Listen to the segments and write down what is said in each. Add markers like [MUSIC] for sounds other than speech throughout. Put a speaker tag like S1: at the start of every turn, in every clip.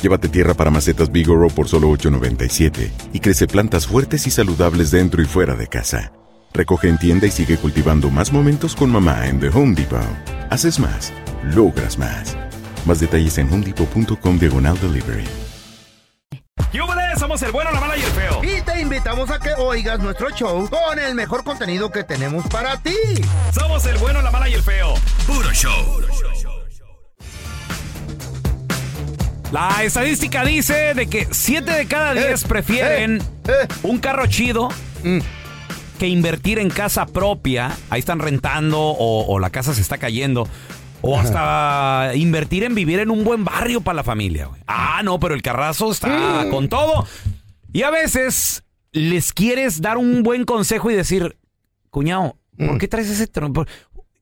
S1: Llévate tierra para macetas Bigoro por solo $8.97 y crece plantas fuertes y saludables dentro y fuera de casa. Recoge en tienda y sigue cultivando más momentos con mamá en The Home Depot. Haces más, logras más. Más detalles en homedepot.com diagonal delivery.
S2: ¡Yúbales! Somos el bueno, la mala y el feo.
S3: Y te invitamos a que oigas nuestro show con el mejor contenido que tenemos para ti.
S2: Somos el bueno, la mala y el feo. Puro show. La estadística dice de que 7 de cada
S3: Eh,
S2: 10 prefieren un carro chido que invertir en casa propia. Ahí están rentando o, o la casa se está cayendo. O hasta invertir en vivir en un buen barrio para la familia. güey. Ah, no, pero el carrazo está con todo. Y a veces les quieres dar un buen consejo y decir, cuñado, ¿por qué traes ese tron- por-?"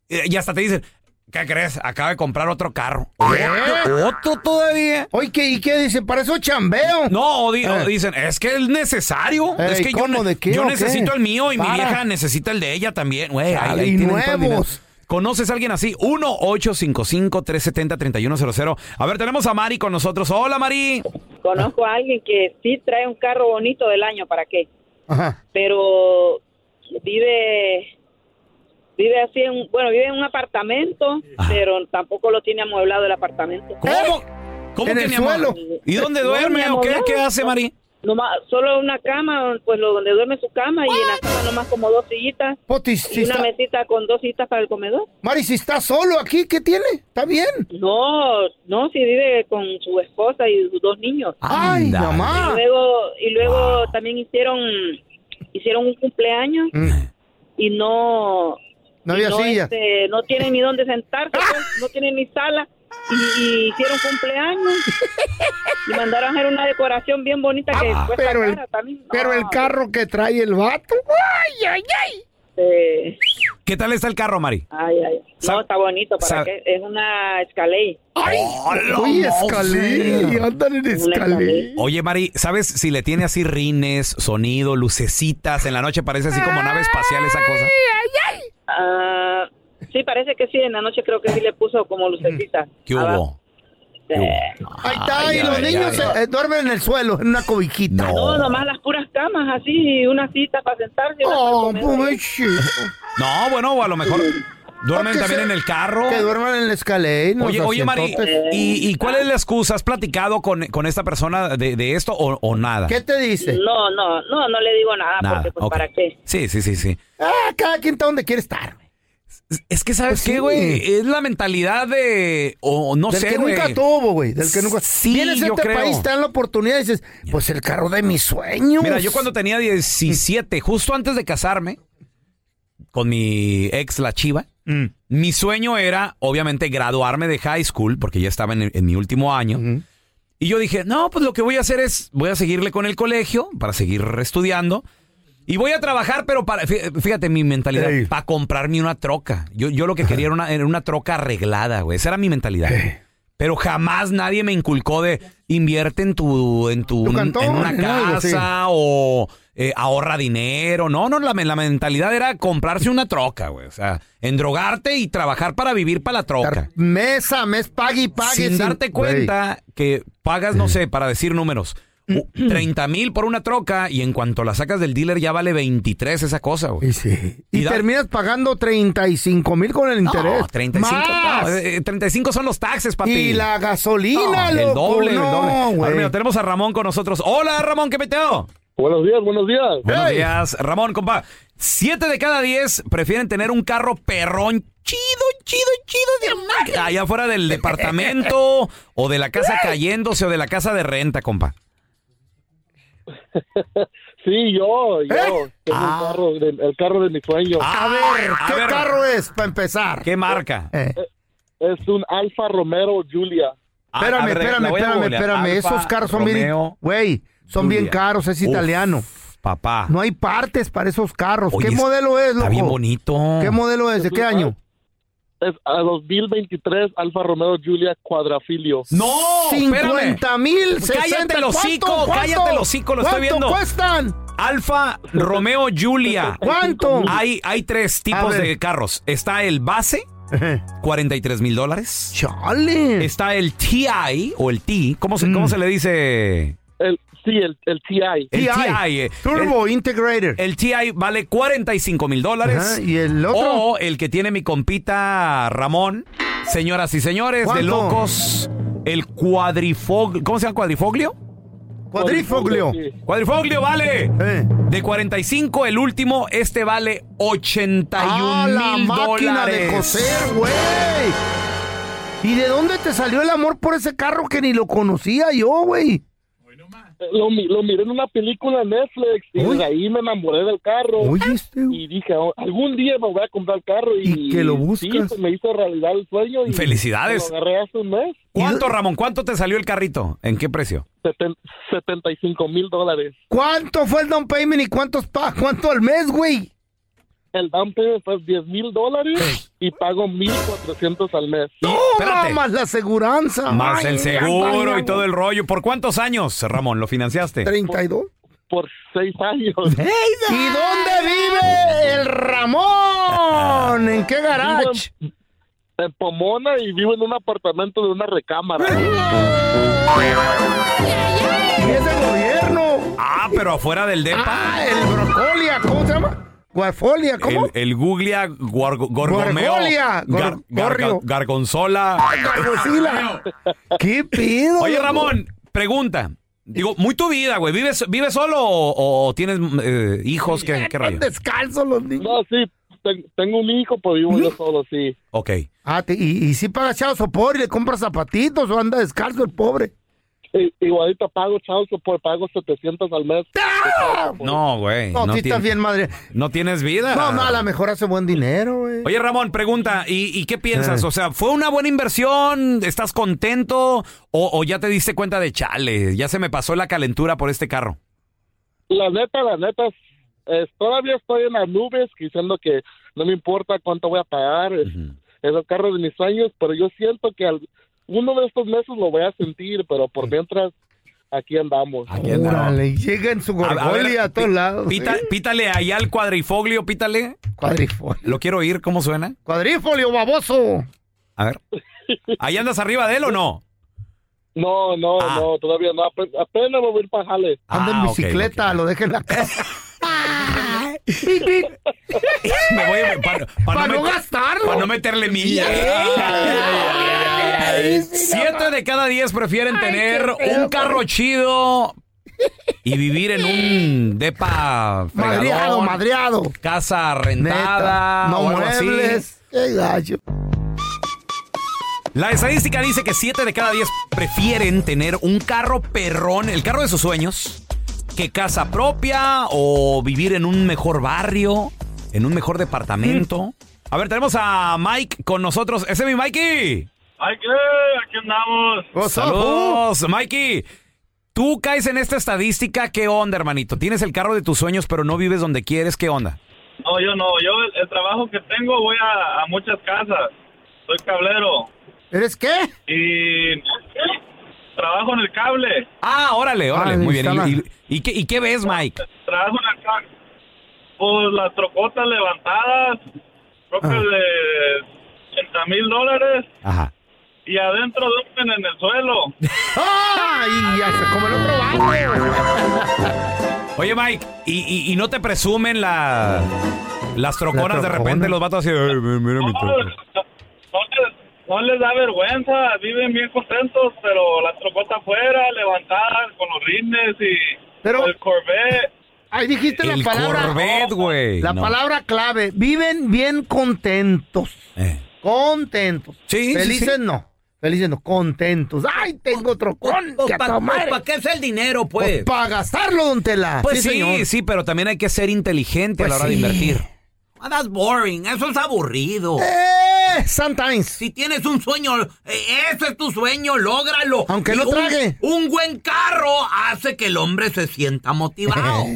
S2: Eh, Y hasta te dicen, ¿qué crees? Acabo de comprar otro carro. ¿Otro todavía?
S3: Oye, ¿qué- ¿y qué dice? Para eso chambeo.
S2: No, o di- o
S3: Eh.
S2: dicen, es que es necesario.
S3: Ey,
S2: es que yo,
S3: ¿cómo?
S2: ne-
S3: ¿De qué
S2: yo
S3: o qué?
S2: necesito el mío y mi
S3: Para.
S2: vieja necesita el de ella también. Güey, ahí-
S3: Chale,
S2: ahí
S3: y
S2: tienen todo el dinero.
S3: nuevos.
S2: ¿Conoces a alguien así? 1-855-370-3100. A ver, tenemos a Mari con nosotros. Hola, Mari.
S4: Conozco a alguien que sí trae un carro bonito del año, ¿para qué?
S3: Ajá.
S4: Pero vive vive así en bueno, vive en un apartamento,
S2: Ajá.
S4: pero tampoco lo tiene amueblado el apartamento.
S2: ¿Cómo? ¿Cómo
S3: ¡Eh! En
S2: que
S3: el
S2: mi amor?
S3: suelo.
S2: ¿Y dónde
S4: No,
S2: duerme
S4: mi
S2: o qué,
S4: amor,
S2: qué
S4: no.
S2: hace, Mari?
S4: Nomás, solo una cama, pues lo donde duerme su cama y en la cama nomás como dos sillitas
S3: Potis, si
S4: y una
S3: está-
S4: mesita con dos sillitas para el comedor.
S3: Mari, si está solo aquí, ¿qué tiene? ¿Está bien?
S4: No, no, si vive con su esposa y sus dos niños.
S3: Ay,
S2: Ándale.
S3: mamá.
S4: Luego y luego también hicieron hicieron un cumpleaños
S3: Mm,
S4: y no
S3: No había
S4: no,
S3: silla.
S4: este, no tienen ni dónde sentarse, pues, no tienen ni sala. Y, y hicieron cumpleaños y mandaron a hacer una decoración bien bonita que
S2: Ah,
S4: cuesta
S3: Pero el,
S4: cara también. No,
S3: pero el carro que trae el vato. ¡Ay, ay, ay!
S4: este,
S2: ¿Qué tal está el carro, Mari?
S4: ay, ay.
S2: Sab-
S4: No, está bonito. ¿para
S2: sab-
S4: qué? Es una escalé.
S3: ¡Ay!
S2: Hola,
S3: Oye,
S2: Monse.
S3: escalé. Andan en escalé.
S4: escalé.
S2: Oye, Mari, ¿sabes si le tiene así rines, sonido, lucecitas? En la noche parece así como nave espacial esa cosa.
S4: Ah, sí, parece que sí. En la noche creo que sí le puso como lucecita.
S2: ¿Qué hubo?
S4: Eh,
S3: Ahí está, y los niños eh, duermen en el suelo, en una cobiquita.
S4: No, nomás las puras camas así y una cita para sentarse. y una para
S3: Oh,
S4: comer.
S3: pobrecito.
S2: No, bueno, o a lo mejor duermen
S3: Que
S2: también
S3: se-
S2: en el carro.
S3: Que duerman en el escalé. en los
S2: Oye, oye, Mari,
S3: asientotes.
S2: ¿y, y cuál es la excusa? ¿Has platicado con, con esta persona de, de esto o, o nada?
S3: ¿Qué te dice?
S4: No, no, no, no le digo nada,
S2: Nada,
S4: porque pues
S2: ok.
S4: para qué.
S2: Sí, sí, sí, sí.
S3: Ah, cada quien está donde quiere estar. güey.
S2: Es que, ¿sabes
S3: Pues
S2: qué,
S3: sí.
S2: güey? Es la mentalidad de... O no
S3: del
S2: sé,
S3: que
S2: güey.
S3: nunca tuvo, güey. Del que nunca.
S2: Sí,
S3: Vienes a
S2: yo
S3: este
S2: creo.
S3: país, te dan la oportunidad y dices, pues el carro de mis sueños.
S2: Mira, yo cuando tenía 17, justo antes de casarme con mi ex, la Chiva, mi sueño era, obviamente, graduarme de high school, porque ya estaba en, en mi último año. Y yo dije, no, pues lo que voy a hacer es, voy a seguirle con el colegio para seguir estudiando. Y voy a trabajar, pero para, fí- fíjate mi mentalidad,
S3: Ey.
S2: para comprarme una troca. Yo, yo lo que quería era una, era una troca arreglada, güey. Esa era mi mentalidad. Pero jamás nadie me inculcó de invierte en tu en tu,
S3: Tu cantón,
S2: en una
S3: en algo,
S2: casa
S3: sí.
S2: o eh, ahorra dinero. No, no, la, la mentalidad era comprarse una troca, güey. O sea, endrogarte y trabajar para vivir para la troca.
S3: Estar Mes a mes, pague y pague.
S2: sin darte cuenta que pagas, no sé, para decir números,
S3: [CLEARS THROAT]
S2: u- 30 mil por una troca y en cuanto la sacas del dealer ya vale 23 esa cosa, güey.
S3: Y, sí.
S2: Y
S3: y,
S2: da-
S3: terminas pagando 35 mil con el interés.
S2: No, 35,
S3: Más.
S2: no, eh, 35 son los taxes, papi.
S3: y la gasolina,
S2: No, Ah, el
S3: loco,
S2: doble,
S3: no,
S2: el doble.
S3: güey.
S2: A ver, mira, tenemos a Ramón con nosotros. Hola, Ramón, ¿qué peteo?
S5: Buenos días, buenos días.
S2: Buenos
S3: Hey.
S2: días, Ramón, compa. Siete de cada diez prefieren tener un carro perrón chido, chido, chido de marca. Allá afuera del
S3: [LAUGHS]
S2: departamento o de la casa cayéndose o de la casa de renta, compa.
S5: Sí, yo, yo.
S3: ¿Eh?
S5: Tengo
S2: Ah.
S5: el, carro de, el carro de mi sueño.
S3: A ver,
S2: a
S3: ¿qué
S2: ver,
S3: carro es para empezar?
S2: ¿Qué marca?
S3: Eh,
S5: Es un Alfa Romero Julia.
S2: Ah, a
S3: espérame,
S2: ver,
S3: espérame,
S2: la voy a
S3: espérame,
S2: googlear.
S3: espérame.
S2: Alfa
S3: Esos carros son bien,
S2: Romeo.
S3: güey, son bien
S2: Giulia.
S3: caros, es
S2: Uf,
S3: italiano.
S2: Papá.
S3: No hay partes para esos carros.
S2: Oye,
S3: ¿Qué
S2: es-
S3: modelo es, loco?
S2: Está bien bonito.
S3: ¿Qué modelo es? ¿De qué año?
S5: Es a 2023 Alfa Romero Julia Cuadrafilio.
S2: no, Oh, espérame.
S3: 50 mil,
S2: Cállate
S3: 60.
S2: el hocico, cállate el hocico, lo estoy viendo.
S3: ¿Cuánto cuestan?
S2: Alfa Romeo
S3: [LAUGHS]
S2: Julia.
S3: ¿Cuánto?
S2: Hay, hay tres tipos
S3: ver.
S2: de carros. Está el base, 43 mil dólares.
S3: [LAUGHS] Chale.
S2: Está el TI o el T. ¿Cómo se,
S3: Mm.
S2: cómo se le dice?
S5: El, sí, el, el TI.
S2: El
S3: TI,
S2: TI. eh.
S3: Turbo Integrator.
S2: El, el TI vale 45 mil dólares.
S3: Ajá, ¿y el otro?
S2: O el que tiene mi compita Ramón. Señoras y señores,
S3: ¿Cuánto?
S2: de locos. El cuadrifoglio. ¿Cómo se llama cuadrifoglio?
S3: Cuadrifoglio.
S5: Sí.
S2: Cuadrifoglio vale.
S3: Eh.
S2: De 45, el último, este vale 81
S3: Ah, la
S2: mil
S3: máquina
S2: dólares.
S3: de coser, güey. ¿Y de dónde te salió el amor por ese carro que ni lo conocía yo, güey?
S5: Lo, mi- lo miré en una película en Netflix y
S3: Uy.
S5: de ahí me enamoré del carro.
S3: Oye, este, güey.
S5: Y dije, "Oh, algún día me voy a comprar el carro. Y,
S3: Y que lo
S5: Sí,
S3: buscas.
S5: se me hizo realidad el sueño. Y
S2: Felicidades.
S5: Lo agarré hace un mes.
S2: ¿Cuánto, Ramón? ¿Cuánto te salió el carrito? ¿En qué precio?
S5: seten- 75 mil dólares.
S3: ¿Cuánto fue el down payment y cuántos pa cuánto al mes, güey?
S5: El down payment fue 10 mil dólares y pago 1.400 al mes.
S3: No,
S2: espérate.
S3: más la aseguranza.
S2: Más
S3: Ay,
S2: el
S3: ya,
S2: seguro
S3: ya,
S2: y todo el rollo. ¿Por cuántos años, Ramón, lo financiaste?
S3: 32.
S5: por seis años.
S3: ¿Y dónde vive el Ramón? ¿En qué
S2: [LAUGHS]
S3: garage?
S5: En Pomona y vivo en un apartamento de una recámara.
S3: Y es del gobierno.
S2: Ah, pero afuera del depa.
S3: Ah, el brocolia, ¿cómo se llama? Guafolia, ¿cómo?
S2: El, el Guglia Guargo- Gorgomeo.
S3: Gorgolia,
S2: Gar-
S3: Gor-
S2: Gar- Gar-
S3: Gorrio.
S2: Gargonzola.
S3: Gargocila. pues ¿Qué pido?
S2: Oye,
S3: loco?
S2: Ramón, pregunta. Digo, muy tu vida, güey. ¿Vives, vives solo o, o tienes eh, hijos? ¿Qué, qué rollo?
S3: Descalzo los niños.
S5: No, sí, ten- tengo un hijo, pero vivo yo solo, sí.
S2: Ok.
S3: Ah, te- y, y si paga chavo sopor y le compra zapatitos o anda descalzo el pobre.
S5: I- Igualito pago, chao, por pago 700 al mes.
S2: No, güey.
S3: No,
S2: No,
S3: sí estás
S2: tien-
S3: bien, madre.
S2: no tienes vida.
S3: No, no, a lo mejor hace buen dinero, güey.
S2: Oye, Ramón, pregunta, ¿y, y qué piensas?
S3: Eh.
S2: O sea, ¿fue una buena inversión? ¿Estás contento? ¿O, o ya te diste cuenta de chale? Ya se me pasó la calentura por este carro.
S5: La neta, la neta, es- todavía estoy en las nubes diciendo que no me importa cuánto voy a pagar. Es, es el carro de mis sueños, pero yo siento que al- uno de estos meses lo voy a sentir, pero por mientras, aquí andamos.
S2: Aquí andamos.
S3: Órale, y llega en su
S2: A- a ver,
S3: gorgolia a, todos
S2: pi-
S3: lados. eh.
S2: pita-
S3: ¿sí?
S2: Pítale allá al cuadrifoglio, pítale.
S3: Cuadrifolio.
S2: Lo quiero oír, ¿cómo suena?
S3: Cuadrifolio, baboso.
S2: A
S3: [LAUGHS]
S2: ver. ¿Ahí andas arriba de él o no?
S5: No, no,
S2: Ah.
S5: no, todavía no. ape- Apenas lo voy a ir para Jale.
S3: Anda en
S2: Ah, ok,
S3: bicicleta,
S2: ok.
S3: lo deja en
S2: [LAUGHS]
S3: la casa.
S2: Me voy a- para,
S3: Para no
S2: met-
S3: gastarlo.
S2: Para no meterle milla. Siete de cada diez prefieren tener un carro chido y vivir en un depa
S3: Madreado,
S2: fregadón,
S3: madreado.
S2: casa rentada,
S3: Neta. No
S2: o algo así.
S3: muebles. Qué gallo.
S2: La estadística dice que siete de cada diez prefieren tener un carro perrón, el carro de sus sueños, que casa propia o vivir en un mejor barrio, en un mejor departamento.
S3: Mm.
S2: A ver, tenemos a Mike con nosotros. Ese es mi Mikey.
S5: ¡Ay, qué! Aquí andamos.
S3: What's up, fool?
S2: Saludos, Mikey. Tú caes en esta estadística, ¿qué onda, hermanito? Tienes el carro de tus sueños, pero no vives donde quieres, ¿qué onda?
S5: No, yo no. Yo el, el trabajo que tengo voy a, a muchas casas. Soy cablero.
S3: ¿Eres qué?
S6: Y trabajo en el cable.
S2: Ah, órale, órale,
S3: Ah,
S2: muy bien.
S3: instala.
S2: ¿Y, y- y qué, y qué ves, Mike?
S6: Trabajo en el cable. Pues las trocotas levantadas, trocas
S3: Ah.
S6: de 80 mil dólares
S2: Ajá.
S6: y adentro duermen en el suelo.
S3: ¡Ay! Ya se como el otro vato.
S2: Oye, Mike, ¿y, y- y no te presumen la- las troconas
S3: La
S2: de repente
S3: trocona.
S2: los vatos así? "Ay, mira mi
S6: No,
S2: troca".
S6: no, no les, no les da vergüenza, viven bien contentos, pero la trocota afuera, levantadas con los rines y
S3: Pero-
S6: el Corvette.
S3: Ahí dijiste
S2: El
S3: la palabra.
S2: Corvette, güey.
S3: La
S2: No.
S3: palabra clave. Viven bien contentos.
S2: Eh.
S3: Contentos.
S2: Sí, sí,
S3: Felices
S2: sí. Pues,
S3: no. Felices no. Contentos. ¡Ay, tengo trocón! que a tu madre!
S2: qué es el dinero,
S3: Pues para gastarlo, don Tela.
S2: Pues sí,
S3: señor.
S2: sí, pero también hay que ser inteligente
S3: Pues
S2: a la hora de
S3: sí.
S2: invertir. Ah, that's boring, eso es aburrido.
S3: Eh, sometimes.
S2: Si tienes un sueño, eso es tu sueño, lógralo.
S3: Aunque no
S2: un-
S3: trague.
S2: Un, buen carro hace que el hombre se sienta
S3: [LAUGHS]
S2: motivado.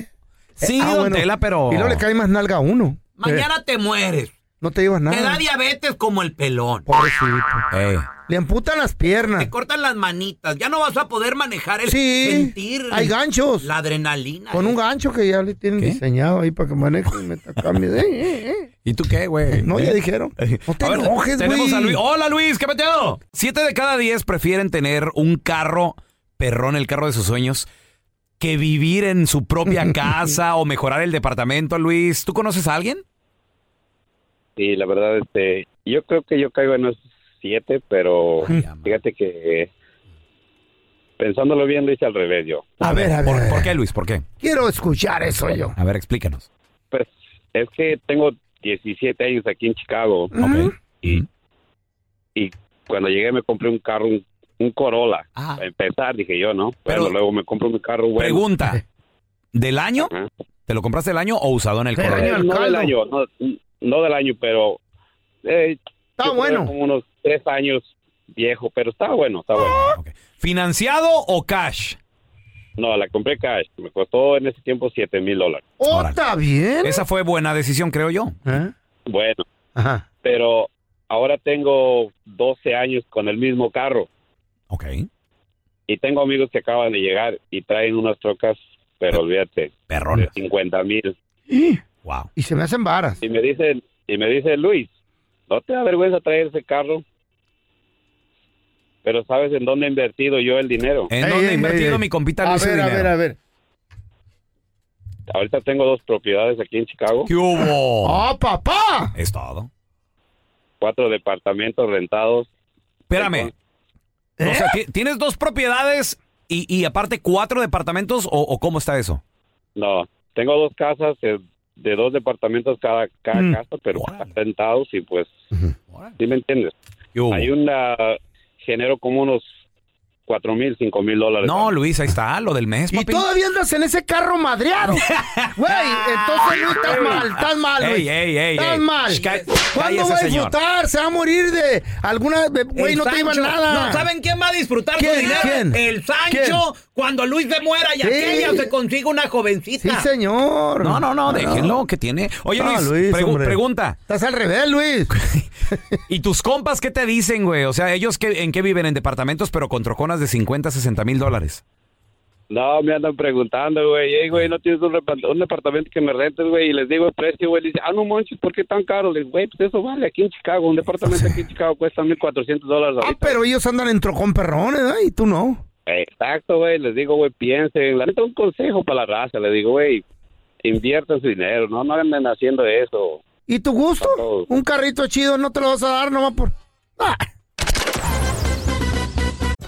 S2: sí,
S3: Ah,
S2: don
S3: bueno.
S2: Tela, pero
S3: Y no le cae más nalga a uno. Eh,
S2: te mueres.
S3: no te llevas nada.
S2: diabetes como el pelón.
S3: Pobrecito.
S2: Eh.
S3: Le amputan las piernas.
S2: cortan las manitas. Ya no vas a poder manejar
S3: Sí. Hay ganchos.
S2: adrenalina.
S3: Con un gancho que ya le tienen
S2: ¿Qué?
S3: diseñado ahí para que
S7: [LAUGHS]
S3: maneje y metacambies. Eh, eh, eh.
S2: ¿Y tú qué, güey?
S3: No, ya
S2: ¿Eh?
S3: dijeron. No
S2: [LAUGHS]
S3: te
S2: A ver,
S3: enojes, güey.
S2: Tenemos a Luis. Hola, Luis, ¿qué meteo? Siete de cada diez prefieren tener un carro perrón, el carro de sus sueños, que vivir en su
S3: [LAUGHS]
S2: propia casa o mejorar el departamento, Luis. ¿Tú conoces a alguien?
S7: Sí, la verdad, este, yo creo que yo caigo en los siete, pero
S2: Ay, ama.
S7: Oh, fíjate que eh, pensándolo bien lo hice al revés yo.
S3: A ver, a ver.
S2: ¿Por,
S3: a ver.
S2: por qué, Luis? ¿Por qué?
S3: Quiero escuchar eso yo.
S2: A ver, explícanos.
S7: Pues es que tengo 17 años aquí en Chicago
S3: Mm,
S2: Ok.
S7: y, y cuando llegué me compré un carro, un, un Corolla.
S2: Ah,
S7: Para empezar, dije yo, ¿no?
S2: Pero-
S7: Bueno, luego me compro un carro
S3: [LAUGHS]
S7: bueno.
S2: pregunta. ¿Del año?
S7: Ajá.
S2: ¿Te lo compraste del año o usado en el
S3: Del
S2: correo?
S3: año.
S7: Eh, no del
S3: Alcaldo.
S7: año, no, no del año, pero... eh,
S3: Está
S7: yo creo
S3: bueno.
S7: Como unos tres años viejo, pero está bueno, está bueno.
S2: Ok. ¿Financiado o cash?
S7: No, la compré cash. Me costó en ese tiempo 7 mil dólares.
S3: Oh,
S2: Órale. Eh.
S3: está bien.
S2: Esa fue buena decisión, creo yo.
S3: ¿Eh?
S7: Bueno,
S3: Ajá.
S7: pero ahora tengo 12 años con el mismo carro
S2: Ok.
S7: y tengo amigos que acaban de llegar y traen unas trocas, pero olvídate, de
S2: Perrón.
S7: 50 mil.
S2: Wow.
S3: Y se me hacen varas.
S7: Y me dicen, y me dice Luis, ¿no te da vergüenza traer ese carro? Pero sabes en dónde he invertido yo el dinero.
S2: ¿En
S3: Ey,
S2: dónde
S3: ey,
S2: he
S3: ey,
S2: invertido
S3: ey.
S2: mi compita
S3: A
S2: Luis?
S3: ver, a ver, a ver.
S7: Ahorita tengo dos propiedades aquí en Chicago,
S2: ¿Qué hubo?
S3: ¡Oh, papá!
S2: Es todo.
S7: cuatro departamentos rentados.
S2: Espérame. O sea, ti- ¿tienes dos propiedades y, y aparte cuatro departamentos o, o cómo está eso?
S7: No, tengo dos casas eh, de dos departamentos cada, cada
S3: Mm.
S7: casa, pero
S2: Órale.
S7: rentados y pues, ¿sí me entiendes?
S2: ¿Qué hubo?
S7: Hay una, genero como unos cuatro mil, cinco mil dólares.
S2: No, Luis, ahí está, lo del mes,
S3: Y
S2: papi.
S3: todavía andas en ese carro
S2: [LAUGHS]
S3: madreado. Güey, entonces no estás mal, estás mal,
S2: Ey,
S3: güey.
S2: ey, ey,
S3: Estás
S2: ey.
S3: mal.
S2: Sh, ca-
S3: ¿Cuándo
S2: cállese,
S3: va a
S2: señor.
S3: disfrutar? Se va a morir de alguna. de- Güey, no te iban nada.
S2: quién va a disfrutar
S3: ¿Quién? ¿Quién?
S2: cuando Luis se muera y
S3: Sí.
S2: consiga una
S3: Sí,
S2: jovencita.
S3: señor.
S2: no, no, no, déjenlo, que tiene. Oye,
S3: Ah,
S2: Luis,
S3: Luis,
S2: pregu-
S3: hombre.
S2: pregunta.
S3: Estás al
S2: [LAUGHS]
S3: revés, Luis.
S2: ¿Y tus compas qué te dicen, güey? O sea, ¿ellos qué- en qué viven? ¿En departamentos, pero con troconas de 50, 60 mil dólares?
S7: No, me andan preguntando, güey, "Ey, güey, ¿no tienes un, repa- un departamento que me rentes, güey? Y les digo el precio, güey, dice, ah, no manches, ¿por qué tan caro? Les digo, güey, pues eso vale aquí en Chicago, un departamento aquí en Chicago cuesta 1.400 dólares
S3: Ah,
S7: ahorita.
S3: pero ellos andan en trocón perrones, ¿eh? Y tú no.
S7: Exacto, güey, les digo, güey, piensen, la neta, un consejo para la raza, les digo, güey, inviertan su dinero, no, no anden haciendo eso.
S3: ¿Y tu gusto?
S7: Todos.
S3: Un carrito chido no te lo vas a dar nomás por. Ah.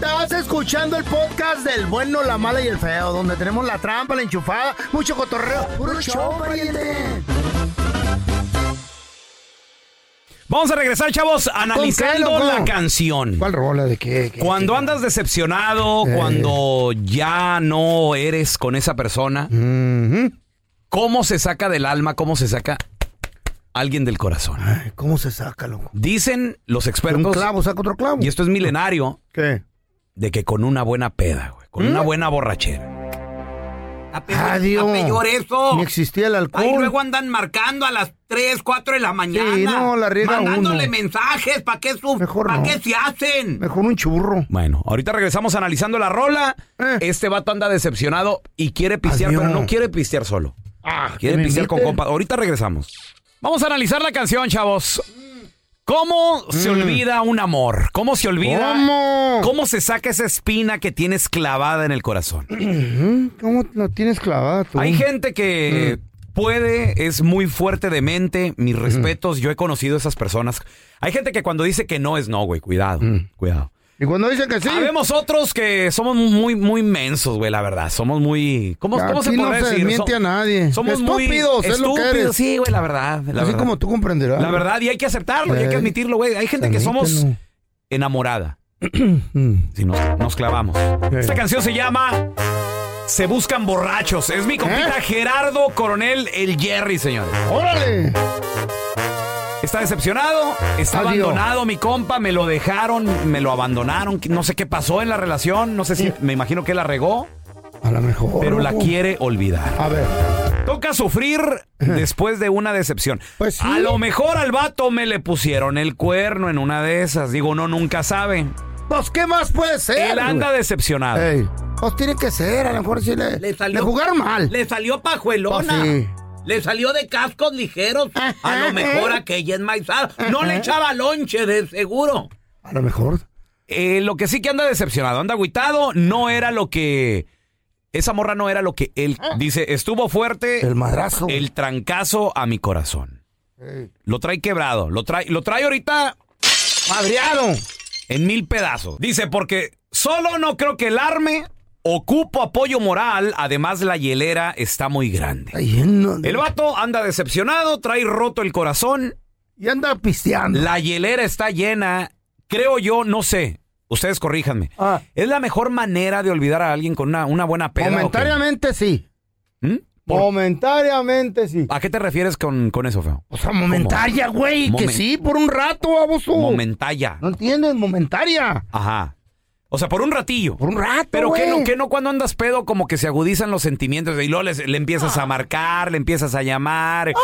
S3: Estás escuchando el podcast del bueno, la mala y el feo, donde tenemos la trampa, la enchufada, mucho cotorreo. ¡Puro show, pariente!
S2: Vamos a regresar, chavos, analizando
S3: loco?
S2: la canción.
S3: ¿Cuál rola de qué? qué?
S2: Cuando andas decepcionado,
S3: Eh.
S2: cuando ya no eres con esa persona, ¿cómo se saca del alma, cómo se saca alguien del corazón?
S3: ¿Cómo se saca, loco?
S2: Dicen los expertos,
S3: Un clavo saca otro clavo.
S2: y esto es milenario,
S3: ¿Qué?
S2: de que con una buena peda, güey, con una buena borrachera.
S3: Mm. Adiós.
S2: está peor eso.
S3: Ah, Ni existía el alcohol.
S2: Ahí luego andan marcando a las 3, 4 de la mañana.
S3: Sí, no, la riega
S2: Mandándole
S3: uno.
S2: mensajes, ¿para qué, su- pa'
S3: no.
S2: qué se hacen?
S3: Mejor un churro.
S2: Bueno, ahorita regresamos analizando la rola. Este vato anda decepcionado y quiere pistear,
S3: Eh. Adiós.
S2: pero no quiere pistear solo. quiere
S3: que me
S2: pistear con
S3: inviten.
S2: compa. Ahorita regresamos. Vamos a analizar la canción, chavos. ¿Cómo se olvida un amor? ¿Cómo se olvida?
S3: Mm. ¿Cómo?
S2: ¿Cómo se saca esa espina que tienes clavada en el corazón?
S3: Ujú, ¿Cómo lo tienes clavada tú?
S2: Hay gente que
S3: Mm.
S2: puede, es muy fuerte de mente. Mis respetos, yo he conocido esas personas. Hay gente que cuando dice que no es no, güey. Cuidado, cuidado.
S3: Y cuando dicen que Mm. sí.
S2: Sabemos otros que somos muy, muy mensos, güey, la verdad. Somos muy. ¿Cómo, cómo se
S3: Aquí
S2: podría
S3: no se
S2: decir?
S3: miente
S2: So-
S3: a nadie.
S2: Somos muy
S3: estúpidos, es lo que eres.
S2: estúpidos, sí, güey, la verdad. La
S3: Así
S2: verdad.
S3: como tú comprenderás.
S2: La verdad, y hay que aceptarlo, y hay que
S3: Eh,
S2: admitirlo, güey. Hay gente que somos
S3: Permítelo.
S2: enamorada.
S3: Mm.
S2: si nos, nos clavamos. Esta canción se llama Se buscan borrachos. Es mi compita
S3: ¿Eh?
S2: Gerardo Coronel el Jerry, señores.
S3: ¡Órale!
S2: Está decepcionado, está
S3: Adiós.
S2: abandonado mi compa, me lo dejaron, me lo abandonaron, no sé qué pasó en la relación, no sé si me imagino que la regó,
S3: A lo mejor.
S2: pero la
S3: loco.
S2: quiere olvidar.
S3: A ver.
S2: Toca sufrir después de una decepción.
S3: Ah. Pues sí.
S2: A lo mejor al vato me le pusieron el cuerno en una de esas. Digo, no, nunca sabe.
S3: Pues, ¿qué más puede ser?
S2: Él anda decepcionado.
S3: Ey, Pues tiene que ser, a lo mejor sí [LAUGHS] le.
S2: Le
S3: Le,
S2: salió-
S3: jugaron mal.
S2: Le salió pajuelona.
S3: Pues sí.
S2: Le salió de cascos ligeros. A lo
S3: ¿eh?
S2: mejor aquella enmaizada. No le echaba lonche, de seguro.
S3: A lo mejor.
S2: Eh, lo que sí que anda decepcionado, anda agüitado, no era lo que. Esa morra no era lo que él dice. Estuvo fuerte.
S3: Ah. El madrazo.
S2: El trancazo a mi corazón. Lo trae quebrado. Lo trae, lo trae ahorita
S3: ¡Madreado!
S2: en mil pedazos. Dice, porque solo no creo que el arme. Ocupo apoyo moral. Además, la hielera está muy grande.
S3: Está lleno de-
S2: El vato anda decepcionado, trae roto el corazón.
S3: Y anda pisteando.
S2: La hielera está llena, creo yo, no sé. Ustedes corríjanme.
S3: Ah.
S2: ¿Es la mejor manera de olvidar a alguien con una, una buena peda? o qué?
S3: Momentariamente sí.
S2: ¿Mm? ¿Por-
S3: Momentariamente sí.
S2: ¿A qué te refieres con, con eso, Feo?
S3: O sea, momentaria, güey.
S2: Momen-
S3: Que sí, por un rato, baboso.
S2: Momentalla.
S3: ¿No entiendes? Momentaria.
S2: Ajá. O sea, por un ratillo.
S3: Por un rato.
S2: Pero que
S3: güey.
S2: no, que no cuando andas pedo, como que se agudizan los sentimientos y luego les- le empiezas
S3: Ah.
S2: a marcar, le empiezas a llamar. es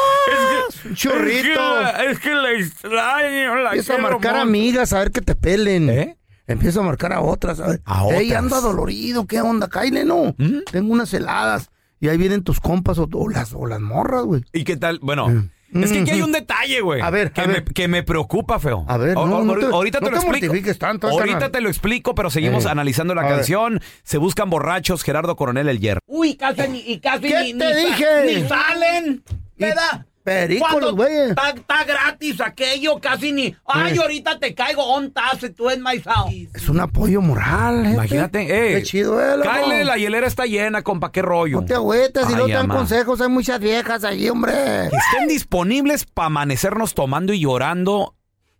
S2: que,
S3: chorrito.
S2: Es que, la- es que la extraño, la
S3: Empieza a
S2: quiero
S3: marcar
S2: mucho.
S3: amigas, a ver que te pelen.
S2: ¿Eh?
S3: Empieza a marcar a otras. A, ver.
S2: A
S3: Ey,
S2: otras. ¿Mm?
S3: anda dolorido, ¿qué onda? Cáile, no. Tengo unas heladas. Y ahí vienen tus compas o, o las, o las morras, güey.
S2: ¿Y qué tal? Bueno,
S3: Mm.
S2: es que aquí hay un detalle, güey.
S3: A ver,
S2: que,
S3: a ver.
S2: Me, que me preocupa, feo.
S3: A ver, no, no te-
S2: ahorita
S3: no
S2: te lo
S3: te
S2: explico.
S3: mortifiques tanto, eh,
S2: ahorita
S3: carnal.
S2: te lo explico, pero seguimos
S3: Eh.
S2: analizando la
S3: A ver.
S2: canción. Se buscan borrachos, Gerardo Coronel el Hierro.
S4: Uy, casi ni, y casi
S3: ¿Qué
S4: ni,
S3: te
S4: ni
S3: dije?
S4: ni salen. ¿Verdad?
S3: Perico,
S4: Cuando
S3: los güeyes.
S4: Está está gratis aquello, casi ni. Ay,
S3: Eh.
S4: ahorita te caigo, ontas, tú es maizao.
S3: Es un apoyo moral, gente.
S2: Imagínate, eh.
S3: Qué chido, eh, loco.
S2: Cáele, la hielera está llena, compa, qué rollo.
S3: No te agüetes, si
S2: Ay,
S3: no te dan
S2: ama.
S3: consejos, hay muchas viejas allí, hombre.
S2: Que estén disponibles para amanecernos tomando y llorando.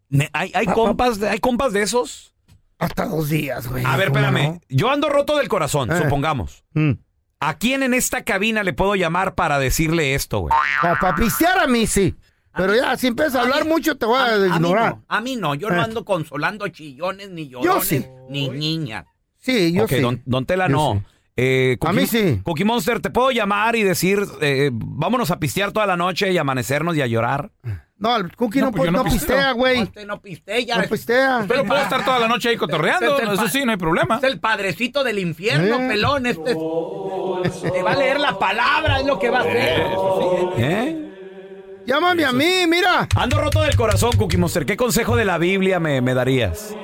S2: Ne- ¿Hay, hay, compas, de- ¿Hay compas de esos?
S3: Hasta dos días, güey.
S2: A ver,
S3: ¿cómo
S2: espérame.
S3: no?
S2: Yo ando roto del corazón,
S3: Eh.
S2: supongamos.
S3: Mm.
S2: ¿A quién en esta cabina le puedo llamar para decirle esto, güey?
S3: Para pistear a mí, sí. Pero ya, si empiezas a hablar mucho, te voy a,
S2: A mí
S3: ignorar.
S2: no, a mí no, yo no
S3: Eh.
S2: ando consolando chillones, ni llorones,
S3: sí.
S2: ni niñas.
S3: Sí, yo
S2: Ok,
S3: sí.
S2: Don, don Tela
S3: Yo
S2: no. Eh,
S3: A mí sí.
S2: Cookie Monster, ¿te puedo llamar y decir, eh, vámonos a pistear toda la noche y amanecernos y a llorar?
S3: No, el Cookie
S2: No,
S3: no,
S2: pues yo
S3: pu-
S2: no
S3: no
S2: pisteo.
S3: pistea, güey.
S2: No pistea.
S3: No pistea.
S2: Pero puedo estar toda la noche ahí [LAUGHS]
S8: cotorreando, eso Pues sí,
S2: no hay problema. Es el padrecito del infierno, pelón. Este, te va a leer la palabra, es lo que va a hacer. ¿Eh?
S3: Llámame a mí, mira.
S2: Ando roto del corazón, Cookie Monster. ¿Qué consejo de la Biblia me, me darías?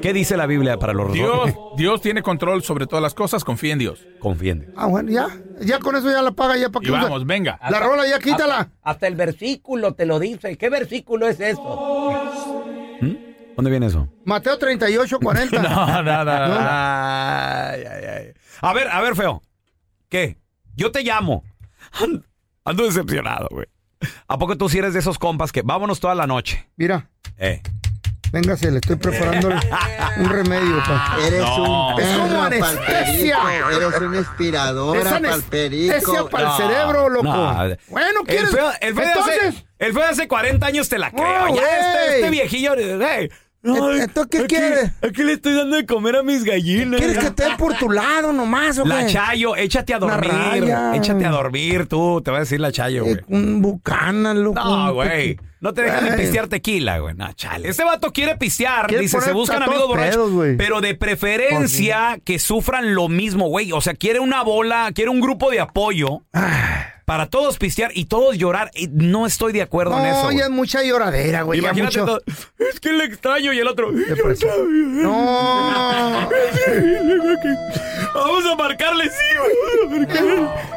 S2: ¿Qué dice la Biblia para los
S8: Dios,
S2: [LAUGHS] rotos?
S8: Dios tiene control sobre todas las cosas, confía en Dios.
S2: Confía en Dios.
S3: Ah, bueno, ya. Ya con eso ya la paga, ya para
S8: Y
S3: que usa-
S8: vamos, venga.
S3: La rola ya quítala.
S2: Hasta el versículo te lo dice. ¿Qué versículo es eso? ¿Dónde viene [LAUGHS] eso?
S3: Mateo 38,
S2: [LAUGHS]
S3: 40.
S2: No, no, no. Ay, ay, ay. A ver, a ver, feo. ¿Qué? Yo te llamo. Ando, ando decepcionado, güey. ¿A poco tú sí eres de esos compas que vámonos toda la noche?
S3: Mira,
S2: Eh.
S3: véngase, le estoy preparando un remedio. pa.
S9: Eres
S3: No.
S9: un
S3: Es
S9: perro
S3: como
S9: pa'l
S3: anestesia.
S9: perico, Eres una
S3: Es
S9: inspiradora pa'l
S3: anestesia
S9: perico.
S3: pa'l
S2: No,
S3: cerebro, loco.
S2: no.
S3: Bueno, ¿quieres?
S2: El feo, el feo de hace-
S3: Entonces-
S2: el feo de hace 40 años te la creo.
S3: No,
S2: ya este,
S3: güey.
S2: este viejillo. eh, no,
S3: ¿Entonces qué
S2: aquí-
S3: quieres?
S2: Aquí le estoy dando de comer a mis gallinas.
S3: ¿Quieres que esté por tu lado nomás o
S2: La
S3: qué?
S2: Chayo, échate a
S3: Una
S2: dormir.
S3: raya. Eh,
S2: Échate a dormir tú, te va a decir la Chayo, güey.
S3: Un bucana, loco.
S2: No,
S3: un
S2: güey.
S3: pe-
S2: No te dejan ni
S3: Güey.
S2: pistear tequila, güey. No, chale. Ese vato quiere pistear.
S3: Quiere
S2: dice, se
S3: poner
S2: buscan
S3: a
S2: amigos
S3: todos
S2: borrachos.
S3: pedos, güey.
S2: pero de preferencia que sufran lo mismo, güey. O sea, quiere una bola, quiere un grupo de apoyo
S3: Ah,
S2: para todos pistear y todos llorar. Y no estoy de acuerdo en eso.
S3: No,
S2: güey.
S3: ya es mucha lloradera, güey. Ya
S2: Imagínate
S3: mucho.
S2: todo, Es que le extraño y el otro. [LAUGHS]
S3: No.
S2: Vamos a marcarle, sí, güey.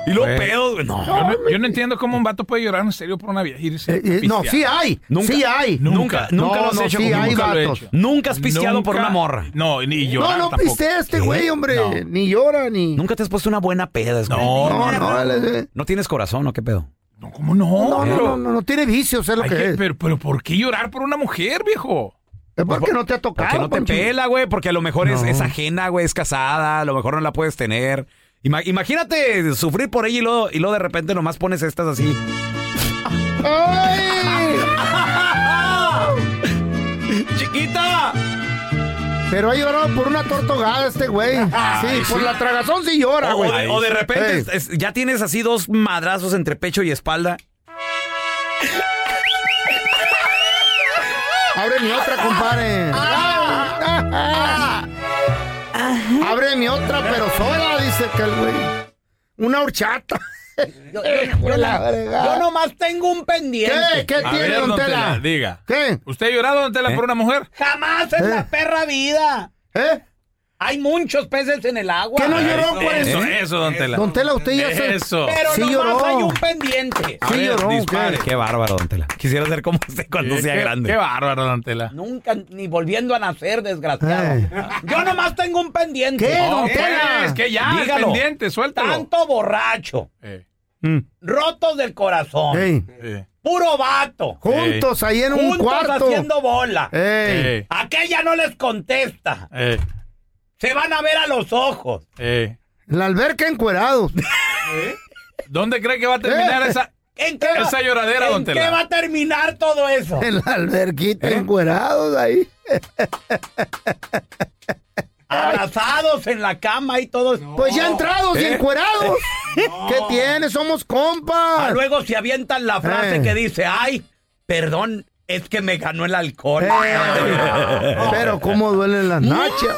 S2: Y los pedos, güey. No.
S8: Yo no, yo no entiendo cómo un vato puede llorar en serio por una vieja. y irse a
S3: Eh, eh, no,
S8: pistear.
S3: sí hay. Sí hay.
S8: Nunca,
S3: No,
S8: lo has
S3: no,
S8: hecho.
S3: sí
S8: Cucu,
S3: hay
S8: nunca lo he
S3: vatos.
S8: hecho.
S2: Nunca has pisteado por
S8: Nunca-
S2: una morra.
S8: No, ni
S3: No,
S8: llorar
S3: no
S8: tampoco.
S3: pistea este
S2: ¿Qué?
S3: güey, hombre.
S2: No.
S3: Ni llora, ni.
S2: Nunca te has puesto una buena peda, güey.
S8: No,
S3: No, no, él es-
S2: ¿No tienes corazón o qué pedo?
S8: ¿Cómo no?
S3: No, no,
S8: Pero-
S3: no, no, no tiene vicios, es lo
S8: Hay
S3: que
S8: que-
S3: es.
S8: pero, pero ¿por qué llorar por una mujer, viejo?
S3: Es porque no te ha tocado.
S2: Porque no te
S3: Poncho.
S2: pela, güey, porque a lo mejor es,
S3: No.
S2: es ajena, güey, es casada, a lo mejor no la puedes tener. Ima- imagínate sufrir por ella y luego, y luego de repente nomás pones estas así.
S8: [LAUGHS]
S3: ¡Ay!
S2: ¡Chiquita!
S3: Pero ha llorado por una tortogada este güey. Sí,
S2: Ay,
S3: por
S2: sí.
S3: la tragazón sí llora,
S2: O, o
S3: Ah, güey.
S2: de, o de repente
S3: Ey.
S2: es- es- ya tienes así dos madrazos entre pecho y espalda.
S3: Abre mi otra, compadre.
S2: Ah.
S3: Abre mi otra, pero sola, dice que el güey. Una horchata.
S2: Yo,
S3: yo la- yo
S2: nomás tengo un pendiente.
S3: Ah. ¿Qué? ¿Qué
S8: A
S3: tiene,
S8: ver,
S3: don
S8: don
S3: Tela?
S8: Tela, diga.
S3: ¿Qué?
S8: ¿Usted ha llorado, don Tela,
S2: ¿Eh?
S8: por una mujer?
S2: Jamás en la perra vida.
S3: ¿Eh?
S2: Hay muchos peces en el agua.
S3: ¿Qué no lloró, pues?
S8: Eso, eso, don Tela.
S3: Don Tela, usted ya se.
S8: Eso.
S3: Sí lloró.
S2: pendiente.
S8: A
S3: Sí
S8: ver,
S3: lloró, ¿qué?
S8: dispare.
S2: Qué bárbaro, don Tela. Quisiera ser como usted cuando
S8: Eh,
S2: sea
S8: qué-
S2: grande.
S8: Qué bárbaro, don Tela.
S2: Nunca ni volviendo a nacer, desgraciado.
S3: Ey.
S2: Yo nomás tengo un pendiente.
S3: ¿Qué, don
S8: ¿Qué
S3: Tela?
S8: es que ya, el
S2: Dígalo.
S8: pendiente, suéltalo.
S2: Tanto borracho,
S8: Eh,
S3: Mm.
S2: rotos del corazón,
S3: Ey,
S8: eh,
S2: puro vato,
S3: Juntos ahí en un
S2: juntos
S3: cuarto.
S2: haciendo bola.
S3: Ey.
S8: eh,
S2: Aquella no les contesta.
S8: eh,
S2: Se van a ver a los ojos.
S8: eh.
S3: En la alberca
S2: [LAUGHS]
S3: encuerados.
S8: ¿Dónde cree que va a terminar
S3: Eh.
S8: esa,
S2: ¿En qué, va,
S8: esa lloradera, don
S2: en qué va
S8: Tela?
S2: a terminar todo eso?
S3: En la alberquita
S2: ¿Eh?
S3: encuerados ahí.
S2: Abrazados en la cama y todo.
S3: Pues ya entrados
S2: ¿Eh? [LAUGHS]
S3: y encuerados. ¿Qué tiene? Somos
S2: Ah,
S3: compas.
S2: luego se avientan la frase
S3: Eh.
S2: que dice, ay, perdón, es que me ganó el alcohol.
S3: Ey, Pero cómo duelen las nachas.